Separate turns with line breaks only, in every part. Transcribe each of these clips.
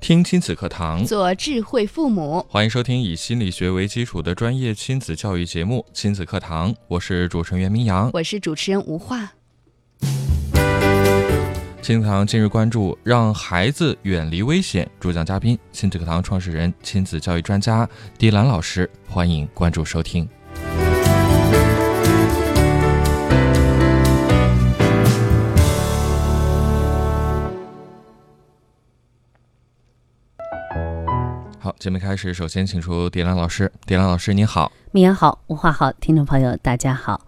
听亲子课堂，
做智慧父母。
欢迎收听以心理学为基础的专业亲子教育节目《亲子课堂》，我是主持人袁明阳。
我是主持人吴化。
亲子课堂近日关注“让孩子远离危险”，主讲嘉宾亲子课堂创始人、亲子教育专家迪兰老师，欢迎关注收听。好，节目开始，首先请出迪兰老师。迪兰老师，您好。
明阳好，文化好，听众朋友大家好。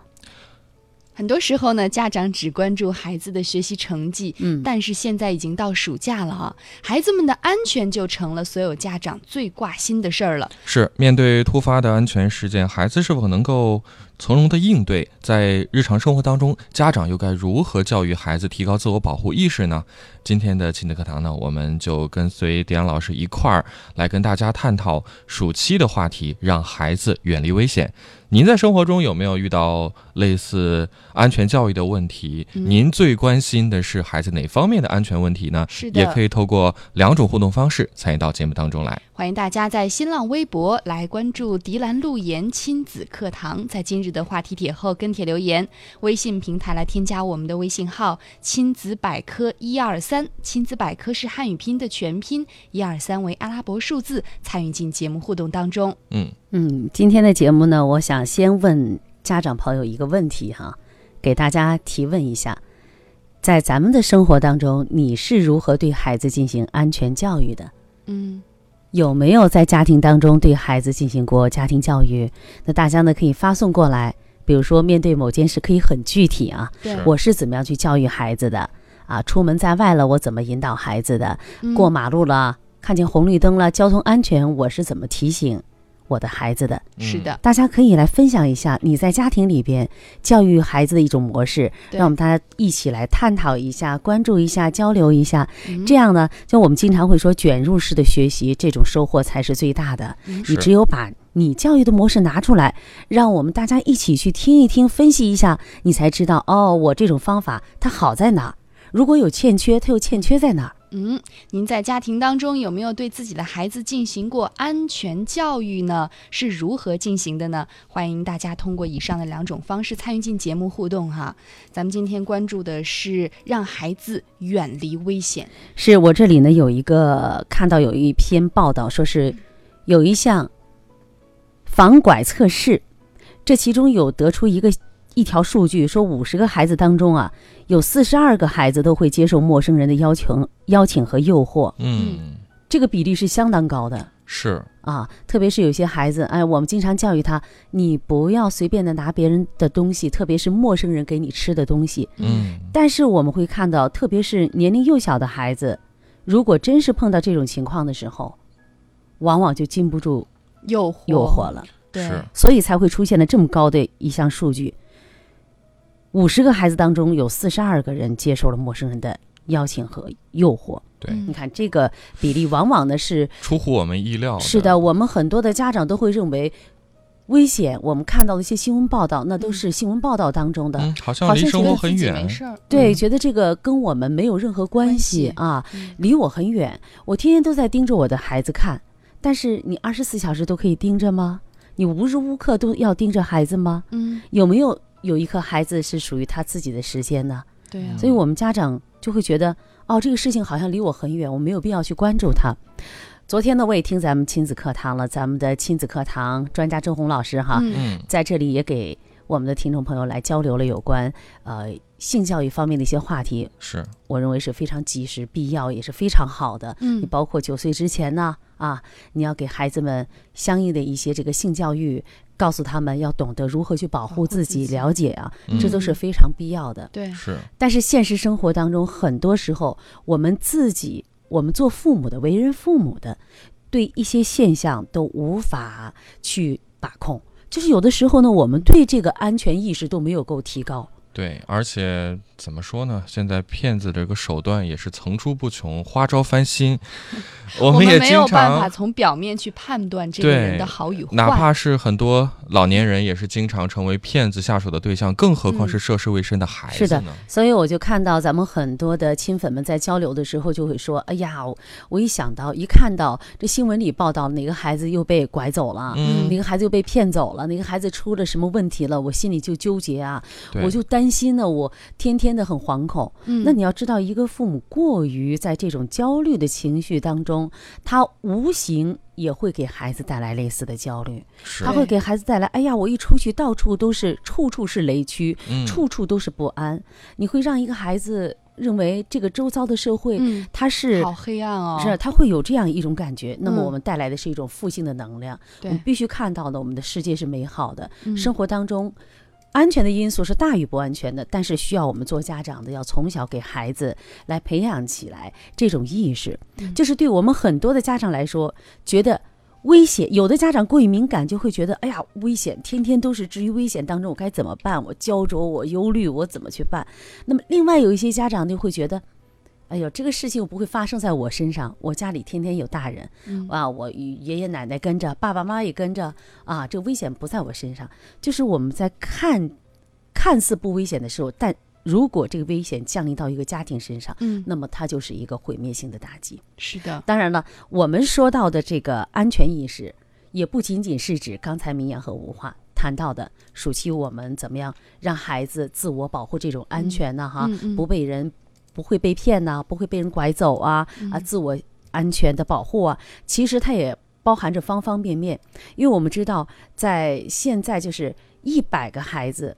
很多时候呢，家长只关注孩子的学习成绩，
嗯，
但是现在已经到暑假了啊，孩子们的安全就成了所有家长最挂心的事儿了。
是面对突发的安全事件，孩子是否能够从容的应对？在日常生活当中，家长又该如何教育孩子提高自我保护意识呢？今天的亲子课堂呢，我们就跟随迪安老师一块儿来跟大家探讨暑期的话题，让孩子远离危险。您在生活中有没有遇到类似安全教育的问题？
嗯
您最关心的是孩子哪方面的安全问题呢？
是的
也可以透过两种互动方式参与到节目当中来。
欢迎大家在新浪微博来关注“迪兰路言亲子课堂”，在今日的话题帖后跟帖留言。微信平台来添加我们的微信号“亲子百科一二三”，亲子百科是汉语拼音的全拼，一二三为阿拉伯数字，参与进节目互动当中。
嗯。
嗯，今天的节目呢，我想先问家长朋友一个问题哈，给大家提问一下，在咱们的生活当中，你是如何对孩子进行安全教育的？
嗯，
有没有在家庭当中对孩子进行过家庭教育？那大家呢可以发送过来，比如说面对某件事可以很具体啊，
对
是，
我是怎么样去教育孩子的啊？出门在外了，我怎么引导孩子的？
嗯
过马路了，看见红绿灯了，交通安全，我是怎么提醒我的孩子的？
嗯、是的，
大家可以来分享一下你在家庭里边教育孩子的一种模式，
对
让我们大家一起来探讨一下、关注一下、交流一下。
嗯
这样呢，就我们经常会说卷入式的学习，这种收获才是最大的。
嗯
你
是
只有把你教育的模式拿出来，让我们大家一起去听一听、分析一下，你才知道哦，我这种方法它好在哪儿。如果有欠缺，它又欠缺在哪儿？
嗯，您在家庭当中有没有对自己的孩子进行过安全教育呢？是如何进行的呢？欢迎大家通过以上的两种方式参与进节目互动哈。咱们今天关注的是让孩子远离危险。
嗯
是我这里呢有一个看到有一篇报道，说是有一项防拐测试，这其中有得出一个一条数据，说五十个孩子当中啊，有四十二个孩子都会接受陌生人的邀请、邀请和诱惑，
嗯，
这个比例是相当高的。
是
啊，特别是有些孩子，哎，我们经常教育他，你不要随便的拿别人的东西，特别是陌生人给你吃的东西。
嗯，
但是我们会看到，特别是年龄幼小的孩子，如果真是碰到这种情况的时候，往往就禁不住
诱惑，
诱惑，了，
对，
是
所以才会出现了这么高的一项数据。五十个孩子当中，有四十二个人接受了陌生人的邀请和诱惑。
对
嗯
你看，这个比例往往呢是
出乎我们意料。
是的，，我们很多的家长都会认为危险。我们看到的一些新闻报道，那都是新闻报道当中的。
嗯，好像
好
离
像
生
觉
活
得
很
自己没
远。
事儿，
对，
嗯
觉得这个跟我们没有任何关
关
系
系
啊，
嗯
离我很远。我天天都在盯着我的孩子看，但是你二十四小时都可以盯着吗？你无时无刻都要盯着孩子吗？
嗯，
有没有有一刻孩子是属于他自己的时间呢？
对啊，
嗯所以我们家长就会觉得，哦，这个事情好像离我很远，我没有必要去关注它。昨天呢，我也听咱们亲子课堂了，咱们的亲子课堂专家郑红老师哈，
嗯
嗯，
在这里也给我们的听众朋友来交流了有关呃性教育方面的一些话题，
是
我认为是非常及时、必要，也是非常好的。你
嗯，
包括九岁之前呢，啊，你要给孩子们相应的一些这个性教育，告诉他们要懂得如何去保
保护
护自
自
己、
己
了解啊，
嗯
这都是非常必要的。
对，
是，
但是现实生活当中，很多时候我们自己，我们做父母的、为人父母的，对一些现象都无法去把控。就是有的时候呢，我们对这个安全意识都没有够提高。
对，而且怎么说呢？现在骗子这个手段也是层出不穷，花招翻新。我
我
们也
没
经
有办法
常，
从表面去判断这个人
对
的好与坏，
哪怕是很多老年人，也是经常成为骗子下手的对象，更何况是涉世未深的孩
是
子
的
呢？
所以我就看到咱们很多的亲粉们在交流的时候就会说：“哎呀，我我一想到一看到这新闻里报道哪个孩子又被拐走了，哪
嗯，
个孩子又被骗走了，哪个孩子出了什么问题了，我心里就纠结啊，
对
我就担心呢，我天天的很惶恐。
嗯，
那你要知道，一个父母过于在这种焦虑的情绪当中，他无形也会给孩子带来类似的焦虑，
是
他会给孩子带来，哎呀，我一出去到处都是，处处是雷区，
嗯
处处都是不安，你会让一个孩子认为这个周遭的社会
嗯，
他是。
好黑暗哦，
是，他会有这样一种感觉。那么
嗯
我们带来的是一种负性的能量，我们
对，
必须看到的，我们的世界是美好的，
嗯
生活当中，安全的因素是大于不安全的，但是需要我们做家长的要从小给孩子来培养起来这种意识，
嗯
就是对我们很多的家长来说，觉得。危险，有的家长过于敏感，就会觉得，哎呀，危险，天天都是置于危险当中，我该怎么办？我焦灼，我忧虑，我怎么去办？那么，另外有一些家长就会觉得，哎呦，这个事情不会发生在我身上，我家里天天有大人，
嗯
啊，我与爷爷奶奶跟着，爸爸妈妈也跟着啊，这危险不在我身上。就是我们在看看似不危险的时候，但如果这个危险降临到一个家庭身上，
嗯，
那么它就是一个毁灭性的打击。
是的，
当然了，我们说到的这个安全意识，也不仅仅是指刚才明阳和吴话谈到的，暑期我们怎么样让孩子自我保护这种安全呢？哈，
嗯嗯
不被人不会被骗呐、不会被人拐走啊，
嗯
啊，自我安全的保护啊，其实它也包含着方方面面，因为我们知道，在现在就是一百个孩子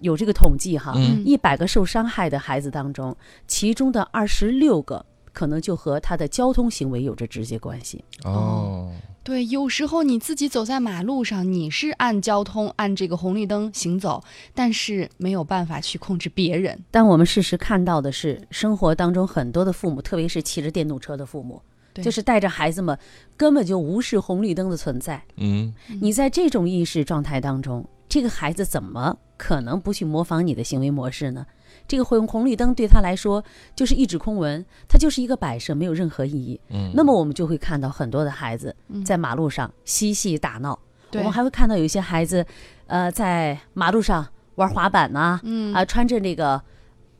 有这个统计哈，
嗯
一百个受伤害的孩子当中，其中的二十六个可能就和他的交通行为有着直接关系。
哦，
对，有时候你自己走在马路上，你是按交通、按这个红绿灯行走，但是没有办法去控制别人。
但我们事实看到的是，生活当中很多的父母，特别是骑着电动车的父母，
对
就是带着孩子们根本就无视红绿灯的存在。
嗯，
你在这种意识状态当中，这个孩子怎么可能不去模仿你的行为模式呢？这个红红绿灯对他来说就是一纸空文，它就是一个摆设，没有任何意义。
嗯
那么我们就会看到很多的孩子
嗯
在马路上嬉戏打闹，我
对
们，还会看到有一些孩子，呃，在马路上玩滑板呐、啊，
嗯
穿着那个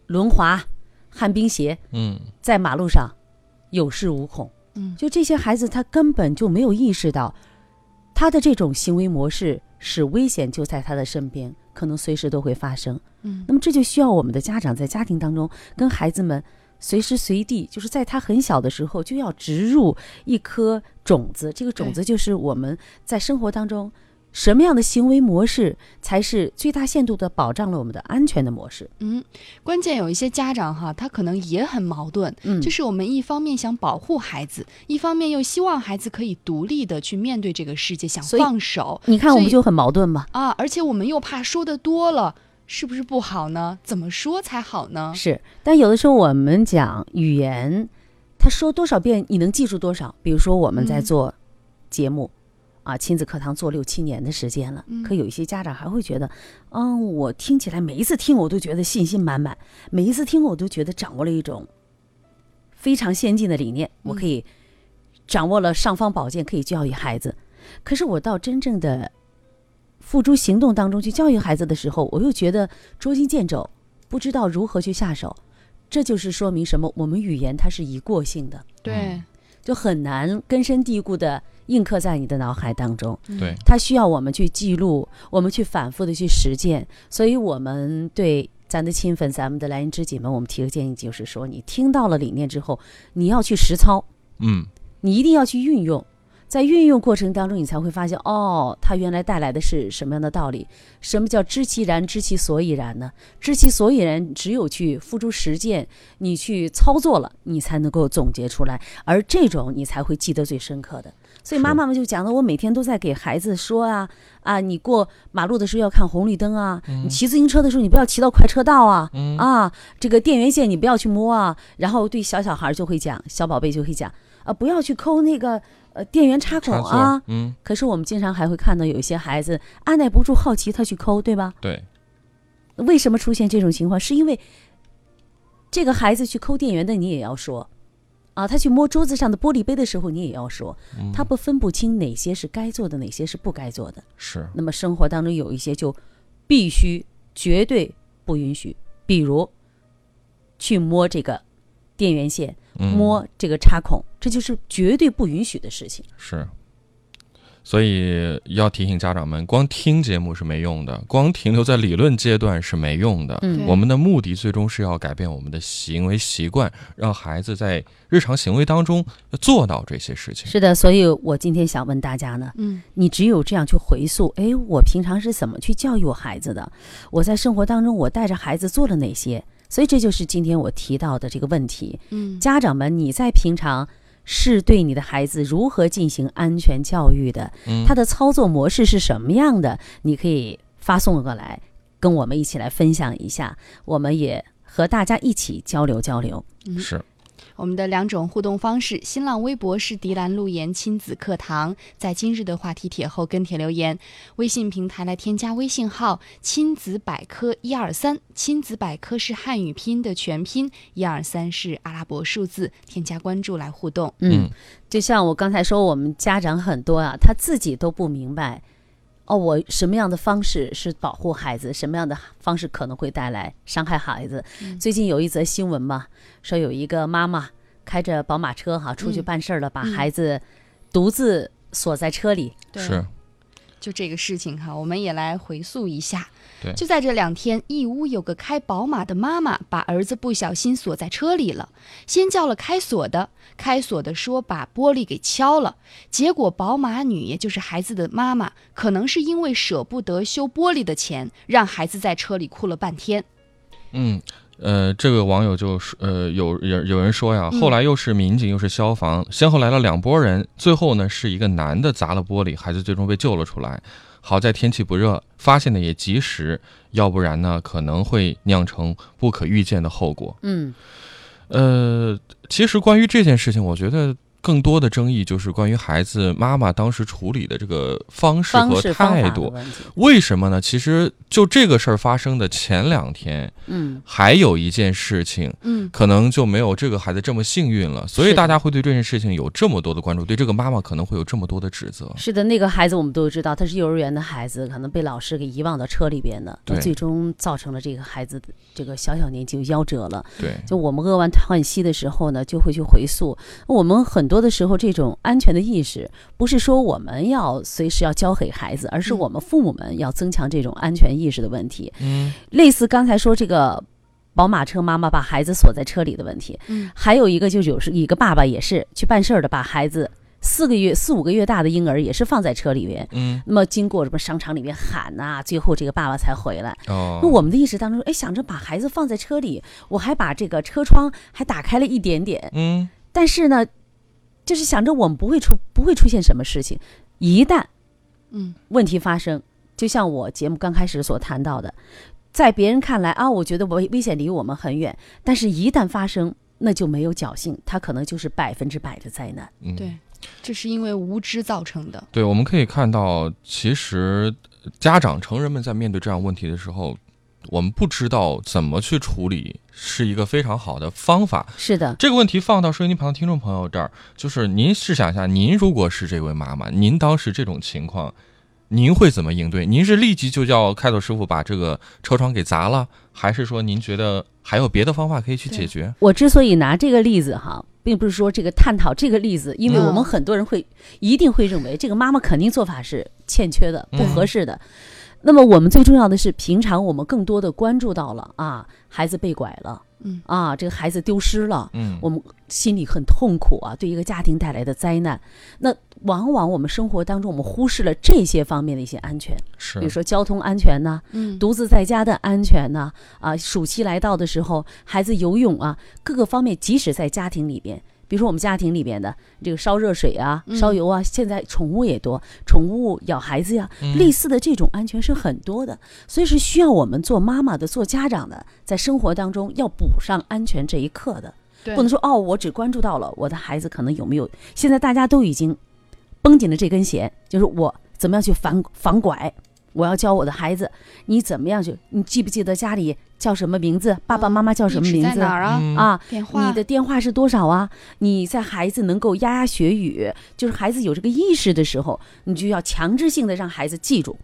轮滑、旱冰鞋，
嗯，
在马路上有恃无恐。
嗯
就这些孩子，他根本就没有意识到，他的这种行为模式使危险就在他的身边，可能随时都会发生。
嗯
那么这就需要我们的家长在家庭当中跟孩子们随时随地，就是在他很小的时候就要植入一颗种子。这个种子就是我们在生活当中什么样的行为模式才是最大限度的保障了我们的安全的模式。
嗯，关键有一些家长哈，他可能也很矛盾，
嗯
就是我们一方面想保护孩子，一方面又希望孩子可以独立的去面对这个世界，想
所以
放手
你看，
所
我
以
们就很矛盾嘛。
啊，而且我们又怕说的多了。是不是不好呢？怎么说才好呢？
是，但有的时候我们讲语言，他说多少遍你能记住多少。比如说我们在
嗯
做节目。啊，亲子课堂做六七年的时间了，可
嗯
有一些家长还会觉得，嗯，我听起来每一次听我都觉得信心满满，每一次听我都觉得掌握了一种非常先进的理念，
嗯
我可以掌握了尚方宝剑，可以教育孩子。可是我到真正的付诸行动当中去教育孩子的时候，我又觉得捉襟见肘，不知道如何去下手。这就是说明什么？我们语言它是一过性的，
对，
就很难根深蒂固的印刻在你的脑海当中。
嗯
对，
它需要我们去记录，我们去反复的去实践。所以，我们对咱的亲粉、咱们的来人知己们，我们提个建议，就是说，你听到了理念之后，你要去实操，
嗯，
你一定要去运用。在运用过程当中，你才会发现，哦，它原来带来的是什么样的道理？什么叫知其然，知其所以然呢？知其所以然，只有去付诸实践，你去操作了，你才能够总结出来，而这种你才会记得最深刻的。所以
是
妈妈们就讲的，我每天都在给孩子说啊啊，你过马路的时候要看红绿灯啊，
嗯
你骑自行车的时候你不要骑到快车道啊，啊，这个电源线你不要去摸啊。然后对小小孩就会讲，小宝贝就会讲啊，不要去抠那个呃电源插孔
插座
啊。
嗯，
可是我们经常还会看到有一些孩子按耐不住好奇，他去抠，对吧？
对，
为什么出现这种情况？是因为这个孩子去抠电源的，你也要说啊；他去摸桌子上的玻璃杯的时候，你也要说，
嗯
他不分不清哪些是该做的，哪些是不该做的。
是
那么生活当中有一些就必须绝对不允许，比如去摸这个电源线、
嗯
摸这个插孔，这就是绝对不允许的事情。
是，所以要提醒家长们，光听节目是没用的，光停留在理论阶段是没用的。
嗯
对
我们的目的最终是要改变我们的行为习惯，让孩子在日常行为当中做到这些事情。
是的，所以我今天想问大家呢，
嗯
你只有这样去回溯，哎，我平常是怎么去教育我孩子的？我在生活当中，我带着孩子做了哪些？所以这就是今天我提到的这个问题。
嗯，
家长们，你在平常是对你的孩子如何进行安全教育的？
嗯，
他的操作模式是什么样的？你可以发送过来，跟我们一起来分享一下，我们也和大家一起交流交流。
是。
我们的两种互动方式，新浪微博是迪兰路言亲子课堂，在今日的话题帖后跟帖留言；微信平台来添加微信号“亲子百科一二三”，亲子百科是汉语拼音的全拼，一二三是阿拉伯数字，添加关注来互动。
嗯
嗯，
就像我刚才说，我们家长很多啊，他自己都不明白，哦，我什么样的方式是保护孩子，什么样的方式可能会带来伤害孩子。
嗯
最近有一则新闻嘛，说有一个妈妈开着宝马车哈、出去
嗯
办事儿了，把
嗯
孩子独自锁在车里。
是，
就这个事情哈，我们也来回溯一下。
对
就在这两天，义乌有个开宝马的妈妈把儿子不小心锁在车里了，先叫了开锁的，开锁的说把玻璃给敲了，结果宝马女也就是孩子的妈妈，可能是因为舍不得修玻璃的钱，让孩子在车里哭了半天。
嗯，呃，这个网友就说，呃，有有有人说呀，
嗯
后来又是民警又是消防，先后来了两拨人，最后呢是一个男的砸了玻璃，孩子最终被救了出来。好在天气不热，发现的也及时，要不然呢可能会酿成不可预见的后果。
嗯，
呃，其实关于这件事情，我觉得更多的争议就是关于孩子妈妈当时处理的这个方式
方
和
式方
态
法的
度。
问题。
为什么呢？其实就这个事儿发生的前两天，
嗯，
还有一件事情，
嗯，
可能就没有这个孩子这么幸运了，所以
是的
大家会对这件事情有这么多的关注，对这个妈妈可能会有这么多的指责。
是的，那个孩子我们都知道，他是幼儿园的孩子，可能被老师给遗忘到车里边的，那
对
最终造成了这个孩子的这个小小年纪就夭折了。
对，
就我们扼腕叹息的时候呢，就会去回溯。我们很多的时候，这种安全的意识，不是说我们要随时要教给孩子，而是
嗯
我们父母们要增强这种安全意识的问题。
嗯，
类似刚才说这个宝马车妈妈把孩子锁在车里的问题，
嗯
还有一个就是有时一个爸爸也是去办事儿的，把孩子四个月、四五个月大的婴儿也是放在车里边。
嗯，
那么经过什么商场里面喊呐、最后这个爸爸才回来。
哦，
那我们的意识当中，哎，想着把孩子放在车里，我还把这个车窗还打开了一点点，
嗯，
但是呢，就是想着我们不会出不会出现什么事情。一旦
嗯
问题发生，就像我节目刚开始所谈到的，在别人看来啊，我觉得危危险离我们很远，但是一旦发生，那就没有侥幸，它可能就是百分之百的灾难。
嗯，
对，这是因为无知造成的。
对，我们可以看到，其实家长、成人们在面对这样问题的时候，我们不知道怎么去处理，是一个非常好的方法。
是的，
这个问题放到收音机旁的听众朋友这儿，就是您试想一下，您如果是这位妈妈，您当时这种情况，您会怎么应对？您是立即就叫开锁师傅把这个车窗给砸了，还是说您觉得还有别的方法可以去解决？
我之所以拿这个例子哈，并不是说这个探讨这个例子，因为
嗯
我们很多人会、一定会认为这个妈妈肯定做法是欠缺的、
嗯
不合适的。那么我们最重要的是，平常我们更多的关注到了啊，孩子被拐了，
嗯
啊，这个孩子丢失了，
嗯，
我们心里很痛苦啊，对一个家庭带来的灾难。那往往我们生活当中，我们忽视了这些方面的一些安全，
是
比如，说交通安全呐、
嗯
独自在家的安全呐、啊，暑期来到的时候，孩子游泳啊，各个方面，即使在家庭里边，比如说我们家庭里边的这个烧热水啊、
嗯
烧油啊，现在宠物也多，宠物咬孩子呀、
嗯
类似的这种安全是很多的，所以是需要我们做妈妈的、做家长的，在生活当中要补上安全这一课的。
对
不能说哦，我只关注到了我的孩子可能有没有。现在大家都已经绷紧了这根弦，就是我怎么样去防防拐。我要教我的孩子，你怎么样去？你记不记得家里叫什么名字？爸爸妈妈叫什么
地址
名
在
字
哪儿啊？
嗯
啊？
电话
你的电话是多少啊？你在孩子能够牙牙学语，就是孩子有这个意识的时候，你就要强制性的让孩子记住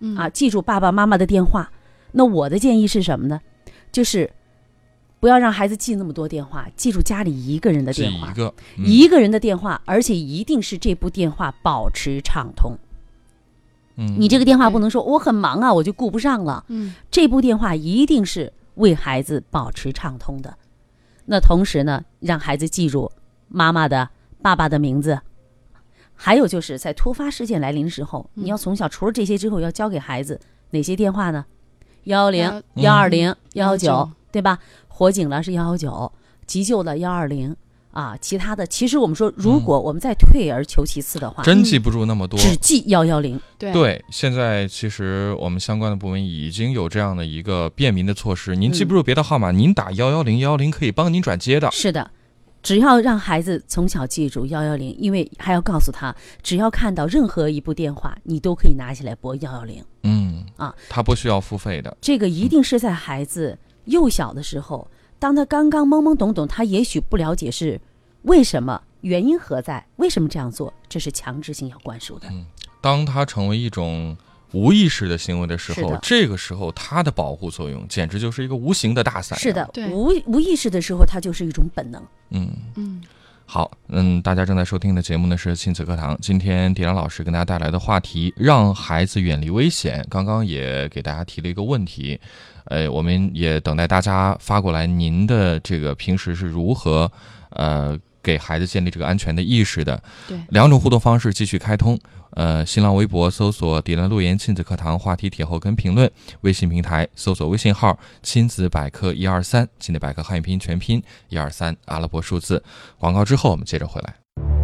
嗯
啊，记住爸爸妈妈的电话。那我的建议是什么呢？就是不要让孩子记那么多电话，记住家里一个人的
只
电
一
话，
个，嗯
一个人的电话，而且一定是这部电话保持畅通。
嗯
你这个电话
对
不能说我很忙啊，我就顾不上了。
嗯
这部电话一定是为孩子保持畅通的。那同时呢，让孩子记住妈妈的、爸爸的名字。还有就是在突发事件来临的时候，
嗯
你要从小除了这些之后，要教给孩子哪些电话呢？幺幺零、
嗯
幺二零、呃幺幺
119
九，对吧？火警了是幺幺九，急救了幺二零啊。其他的，其实我们说，如果我们再退而求其次的话，
嗯真记不住那么多，
只记幺幺零。
对
对，现在其实我们相关的部门已经有这样的一个便民的措施。您记不住别的号码，您打幺幺零幺幺零可以帮您转接的。
是的，只要让孩子从小记住幺幺零，因为还要告诉他，只要看到任何一部电话，你都可以拿起来拨幺幺零。
嗯
啊，
它不需要付费的。
这个一定是在孩子幼小的时候，当他刚刚懵懵懂懂，他也许不了解是为什么，原因何在，为什么这样做，这是强制性要灌输的。
当它成为一种无意识的行为的时
是
候
的，
这个时候它的保护作用简直就是一个无形的大伞。
是的，
对
无无意识的时候，它就是一种本能。
嗯。
嗯
好，嗯，大家正在收听的节目呢是亲子课堂。今天迪兰老师跟大家带来的话题，让孩子远离危险。刚刚也给大家提了一个问题，呃，我们也等待大家发过来您的这个平时是如何，呃，给孩子建立这个安全的意识的。
对
两种互动方式继续开通。呃，新浪微博搜索“迪兰路言亲子课堂”话题帖后跟评论，微信平台搜索微信号“亲子百科一二三”，亲子百科汉语拼音全拼一二三阿拉伯数字。广告之后我们接着回来。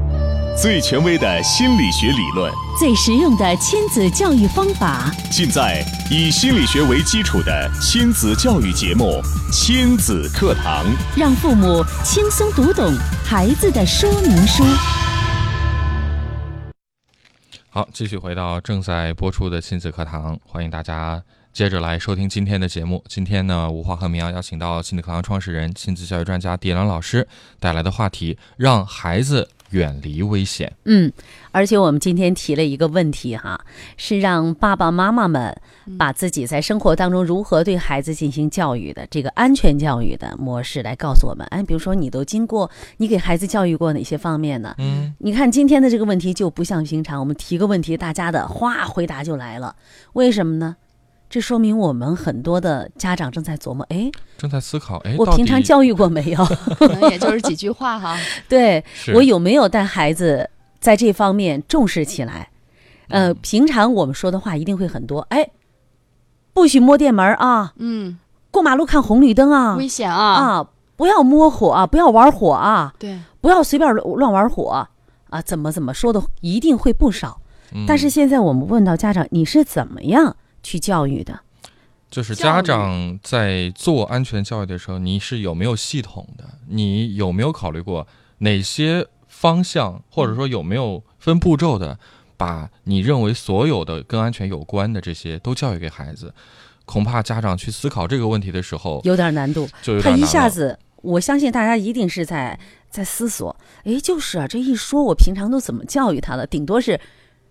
最权威的心理学理论，
最实用的亲子教育方法，
尽在以心理学为基础的亲子教育节目《亲子课堂》。
让父母轻松读懂孩子的说明书。
好，继续回到正在播出的亲子课堂，欢迎大家接着来收听今天的节目。今天呢，吴华和明阳邀请到亲子课堂创始人、亲子教育专家迪兰老师带来的话题：让孩子远离危险。
嗯，而且我们今天提了一个问题哈，是让爸爸妈妈们把自己在生活当中如何对孩子进行教育的这个安全教育的模式来告诉我们。哎，比如说你都经过，你给孩子教育过哪些方面呢？
嗯，
你看今天的这个问题就不像平常，我们提个问题，大家的哗回答就来了，为什么呢？这说明我们很多的家长正在琢磨，哎，
正在思考，哎，
我
到
平常
底
教育过没有？
可能嗯也就是几句话哈。
对，
是
我有没有带孩子在这方面重视起来？呃，
嗯
平常我们说的话一定会很多，哎，不许摸电门啊，
嗯，
过马路看红绿灯啊，
危险啊！
啊，不要摸火啊，不要玩火啊，
对，
不要随便乱玩火啊，怎么怎么说的，一定会不少。
嗯
但是现在我们问到家长，你是怎么样去教育的？
就是
教
家
育
长在做安全教育的时候，你是有没有系统的？你有没有考虑过哪些方向，或者说有没有分步骤的，把你认为所有的跟安全有关的这些都教育给孩子？恐怕家长去思考这个问题的时候，
有点难度。
就有
他
点
一
难
下
了。
子，我相信大家一定是在在思索，哎，就是啊，这一说我平常都怎么教育他的？顶多是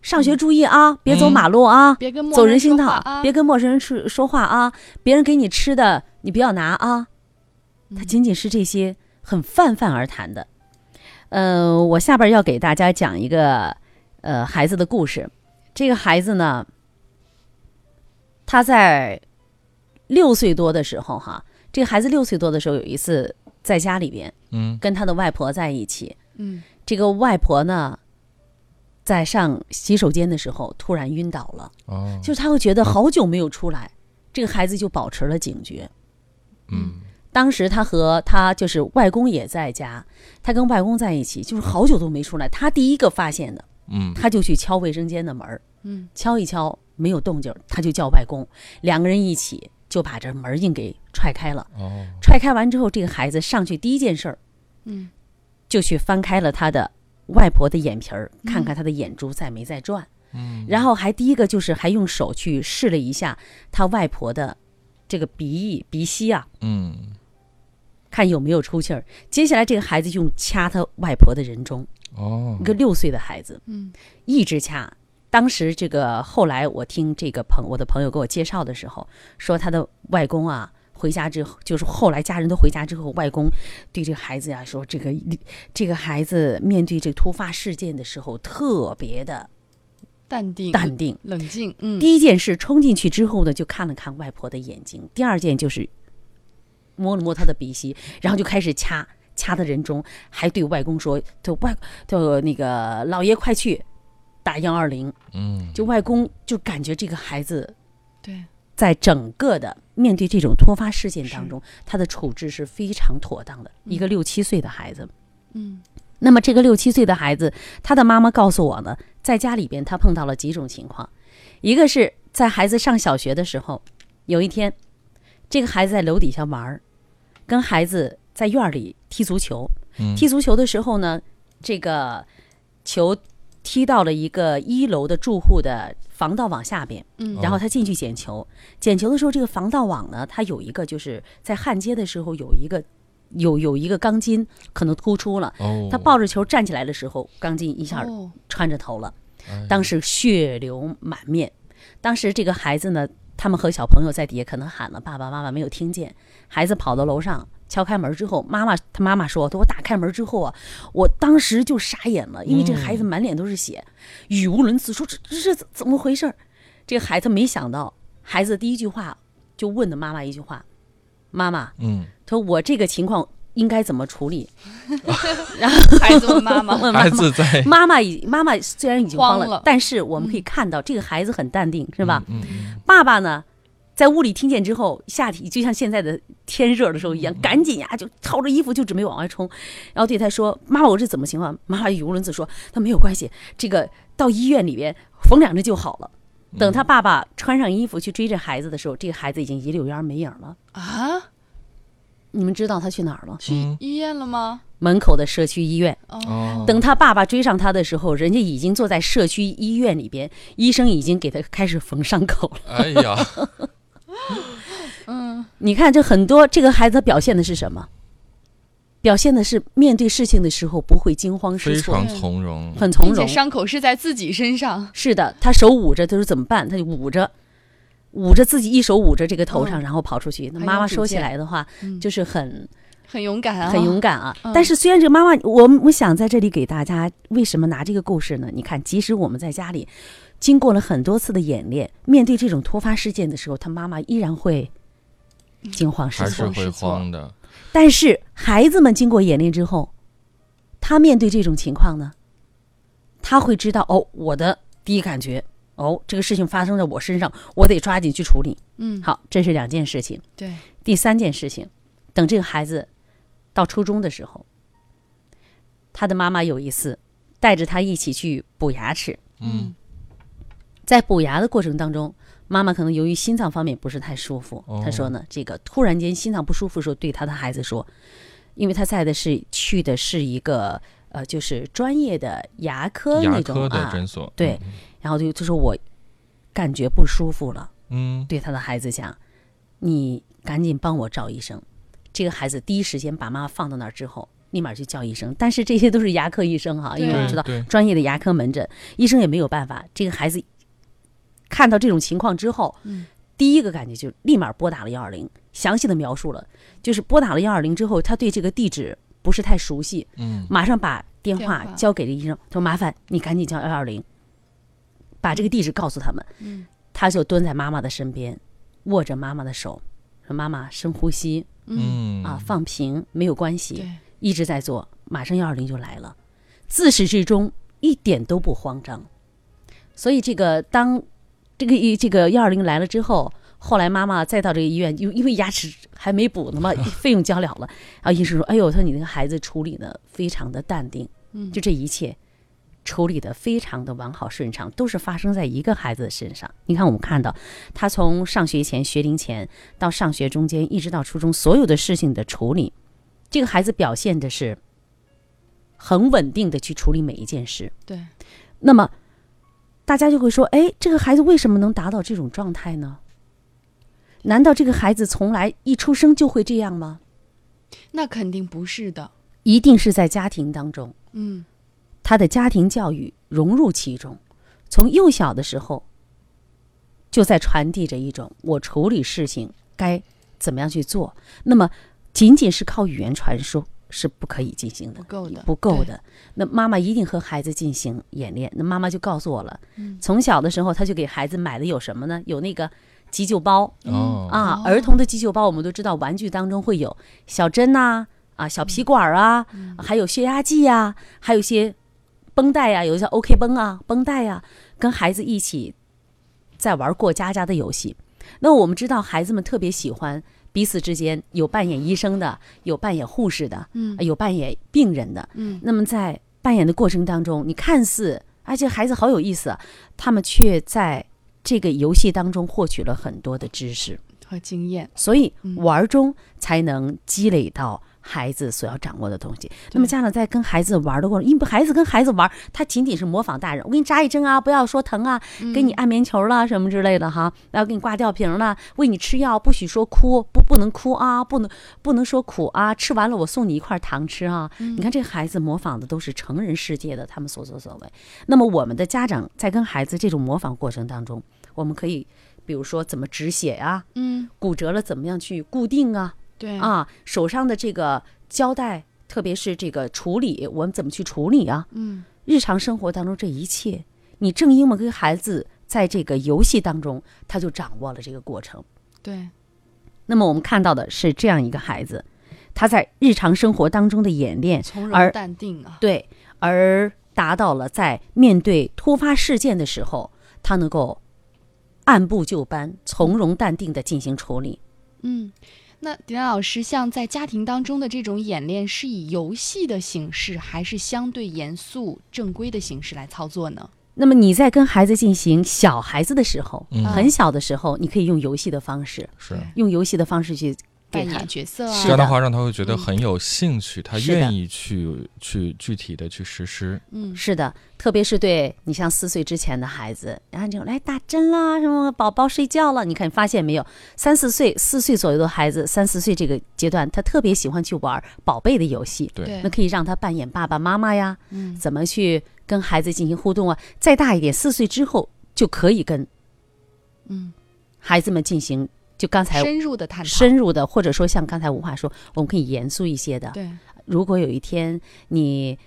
上学注意啊，别走马路啊，
别跟陌
走人
人
行
说
道，
话啊
别跟陌生人说说话啊，别人给你吃的你不要拿啊。
嗯
他仅仅是这些很泛泛而谈的。呃，我下边要给大家讲一个呃孩子的故事。这个孩子呢，他在六岁多的时候哈，这个孩子六岁多的时候有一次在家里边
嗯
跟他的外婆在一起，
嗯
这个外婆呢。在上洗手间的时候，突然晕倒了，
哦，
就是他会觉得好久没有出来，这个孩子就保持了警觉。
嗯
当时他和他就是外公也在家，他跟外公在一起，就是好久都没出来。他第一个发现的，
嗯
他就去敲卫生间的门儿，
嗯
敲一敲没有动静儿，他就叫外公，两个人一起就把这门儿硬给踹开了。
哦，
踹开完之后，这个孩子上去第一件事儿
嗯
就去翻开了他的外婆的眼皮儿，看看她的眼珠在没在转。嗯，然后还第一个就是还用手去试了一下她外婆的这个鼻翼、鼻息啊，
嗯，
看有没有出气儿。接下来这个孩子用掐他外婆的人中，
哦
一，个六岁的孩子，
嗯，
一直掐。当时这个后来我听这个朋我的朋友给我介绍的时候，说他的外公啊。回家之后，就是后来家人都回家之后，外公对这个孩子呀、啊说，这个这个孩子面对这个突发事件的时候特别的
淡定，
淡定。
冷静，嗯，
第一件事冲进去之后呢，就看了看外婆的眼睛；第二件就是摸了摸她的鼻息，然后就开始掐掐的人中，还对外公说：“就外就那个老爷快去打幺二零。
嗯”，
就外公就感觉这个孩子
对，
在整个的面对这种突发事件当中，他的处置是非常妥当的。一个六七岁的孩子，
嗯
那么这个六七岁的孩子，他的妈妈告诉我呢，在家里边他碰到了几种情况，一个是在孩子上小学的时候，有一天，这个孩子在楼底下玩儿，跟孩子在院儿里踢足球，
嗯
踢足球的时候呢，这个球踢到了一个一楼的住户的防盗网下边，
哦
嗯
然后他进去捡球，捡球的时候，这个防盗网呢，它有一个就是在焊接的时候有一个有有一个钢筋可能突出了。
哦，
他抱着球站起来的时候，钢筋一下
哦，
穿着头了，
哎
当时血流满面。当时这个孩子呢，他们和小朋友在底下可能喊了爸爸妈妈没有听见，孩子跑到楼上敲开门之后，妈妈他妈妈说，我打开门之后啊，我当时就傻眼
嗯
了，因为这个孩子满脸都是血，语无伦次，说这这这怎么回事儿？这个孩子没想到，孩子第一句话就问的妈妈一句话：“妈妈，
嗯，
他说我这个情况应该怎么处理？”
孩子的妈妈，
问妈
孩
妈
子在
妈妈已妈妈虽然已经慌了，
慌了
但是我们可以看到这个孩子很淡定，是吧？
嗯嗯
爸爸呢，在屋里听见之后，下体就像现在的天热的时候一样，赶紧呀就套着衣服就准备往外冲，然后对他说：“妈妈，我这怎么情况？”妈妈语无伦次说：“他没有关系，这个到医院里边缝两针就好了。”等他爸爸穿上衣服去追着孩子的时候，这个孩子已经一溜烟儿没影儿了。
啊，
你们知道他去哪儿了？
去医院了吗？
门口的社区医院。
嗯哦，
等他爸爸追上他的时候，人家已经坐在社区医院里边，医生已经给他开始缝伤口了。
哎呀，
嗯，
你看，这很多这个孩子表现的是什么？表现的是面对事情的时候不会惊慌
非
失措，
常从容，
很
并
从
且
容。
伤口是在自己身上，
是的，他手捂着，他说怎么办？他就捂着，捂着自己一手捂着这个头上，
嗯
然后跑出去。那
很有
妈妈
主
说起
见
来的话，
嗯
就是很
很勇敢啊，
很勇敢啊。
嗯
但是虽然这个妈妈，我我想在这里给大家为什么拿这个故事呢？你看，即使我们在家里经过了很多次的演练，面对这种突发事件的时候，她妈妈依然会惊慌失
还是
措。
会慌的，
但是孩子们经过演练之后，他面对这种情况呢，他会知道哦，我的第一感觉哦，这个事情发生在我身上，我得抓紧去处理。
嗯，
好，这是两件事情。
对，
第三件事情，等这个孩子到初中的时候，他的妈妈有一次带着他一起去补牙齿，
嗯，
在补牙的过程当中，妈妈可能由于心脏方面不是太舒服，
哦
她说呢，这个突然间心脏不舒服的时候，对她的孩子说，因为她在的是去的是一个呃，就是专业的牙科
牙
那种
科的
啊，
诊嗯所，
对，然后就就说我感觉不舒服了。
嗯，
对他的孩子讲：“你赶紧帮我找医生。”这个孩子第一时间把妈妈放到那儿之后，立马就叫医生。但是这些都是牙科医生哈，
对
因为我们
对
嗯知道
对，
专业的牙科门诊医生也没有办法。这个孩子看到这种情况之后，
嗯
第一个感觉就立马拨打了幺二零，详细的描述了，就是拨打了幺二零之后，他对这个地址不是太熟悉，
嗯
马上把电
电
话
话
交给了医生，他说：“麻烦你赶紧叫幺二零，把这个地址告诉他们。”
嗯，
他就蹲在妈妈的身边，握着妈妈的手，说：“妈妈，深呼吸
嗯
嗯，
啊，放平，没有关系，
对，
一直在做，马上幺二零就来了。”自始至终一点都不慌张。所以这个当这个一这个幺二零来了之后，后来妈妈再到这个医院，因为因为牙齿还没补呢嘛，费用交了了。然后医生说：“哎呦，他说你那个孩子处理的非常的淡定。”
嗯，
就这一切处理的非常的完好顺畅，都是发生在一个孩子的身上。你看，我们看到他从上学前、学龄前到上学中间，一直到初中，所有的事情的处理，这个孩子表现的是很稳定的去处理每一件事。
对，
那么大家就会说，哎，这个孩子为什么能达到这种状态呢？难道这个孩子从来一出生就会这样吗？
那肯定不是的。
一定是在家庭当中，
嗯，
他的家庭教育融入其中，从幼小的时候就在传递着一种我处理事情该怎么样去做。那么，仅仅是靠语言传输是不可以进行的
不。够的，
不够
对。
的。那妈妈一定和孩子进行演练。那妈妈就告诉我了，
嗯
从小的时候，她就给孩子买的有什么呢？有那个急救包
哦，
啊
哦，
儿童的急救包，我们都知道，玩具当中会有小针呐、啊，小皮管儿啊，
嗯
还有血压计呀、还有一些绷带呀、有一些 OK 绷啊、绷带呀、跟孩子一起在玩过家家的游戏。那我们知道，孩子们特别喜欢彼此之间有扮演医生的，有扮演护士的，啊
嗯
有扮演病人的。
嗯
那么在扮演的过程当中，你看似而且孩子好有意思啊，他们却在这个游戏当中获取了很多的知识，
和经验，
所以
嗯
玩儿中才能积累到。孩子所要掌握的东西，那么家长在跟孩子玩儿的过程，因为孩子跟孩子玩儿，他仅仅是模仿大人。我给你扎一针啊，不要说疼啊，给你按棉球啦什么之类的哈，然后给你挂吊瓶啦，喂你吃药，不许说哭，不不能哭啊，不能不能说苦啊，吃完了我送你一块糖吃啊。你看这孩子模仿的都是成人世界的他们所作所为。那么我们的家长在跟孩子这种模仿过程当中，我们可以比如说怎么止血啊，
嗯，
骨折了怎么样去固定啊，
对，
啊，手上的这个胶带，特别是这个处理，我们怎么去处理啊？
嗯，
日常生活当中这一切，你正因为跟孩子在这个游戏当中，他就掌握了这个过程。
对，
那么我们看到的是这样一个孩子，他在日常生活当中的演练，
从
而
容淡定啊，
对，而达到了在面对突发事件的时候，他能够按部就班、从容淡定的进行处理。
嗯。那迪兰老师，像在家庭当中的这种演练，是以游戏的形式，还是相对严肃正规的形式来操作呢？
那么你在跟孩子进行小孩子的时候，
嗯
很小的时候，你可以用游戏的方式，
是。
用游戏的方式去给
扮
他
演角色
是
啊，
这样的
的
话，让他会觉得
嗯
很有兴趣，他
是的
愿意去去具体的去实施。
嗯，
是的，特别是对你像四岁之前的孩子，然后这种来打针啦，什么宝宝睡觉了，你看你发现没有？三四岁、四岁左右的孩子，三四岁这个阶段，他特别喜欢去玩宝贝的游戏，
对，
那可以让他扮演爸爸妈妈呀，
嗯
怎么去跟孩子进行互动啊？再大一点，四岁之后就可以跟
嗯，
孩子们进行，就刚才
深入的探讨，
深入的，或者说像刚才吴话说，我们可以严肃一些的，
对，
如果有一天你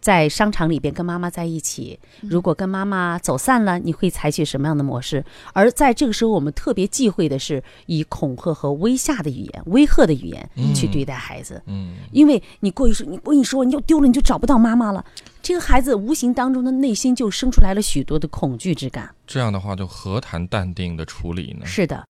在商场里边跟妈妈在一起，
嗯
如果跟妈妈走散了，你会采取什么样的模式？而在这个时候，我们特别忌讳的是以恐吓和威吓的语言、威吓的语言
嗯
去对待孩子，
嗯，
因为你过于说，你我跟你说，你就丢了，你就找不到妈妈了。这个孩子无形当中的内心就生出来了许多的恐惧之感。
这样的话就何谈淡定的处理呢？
是的，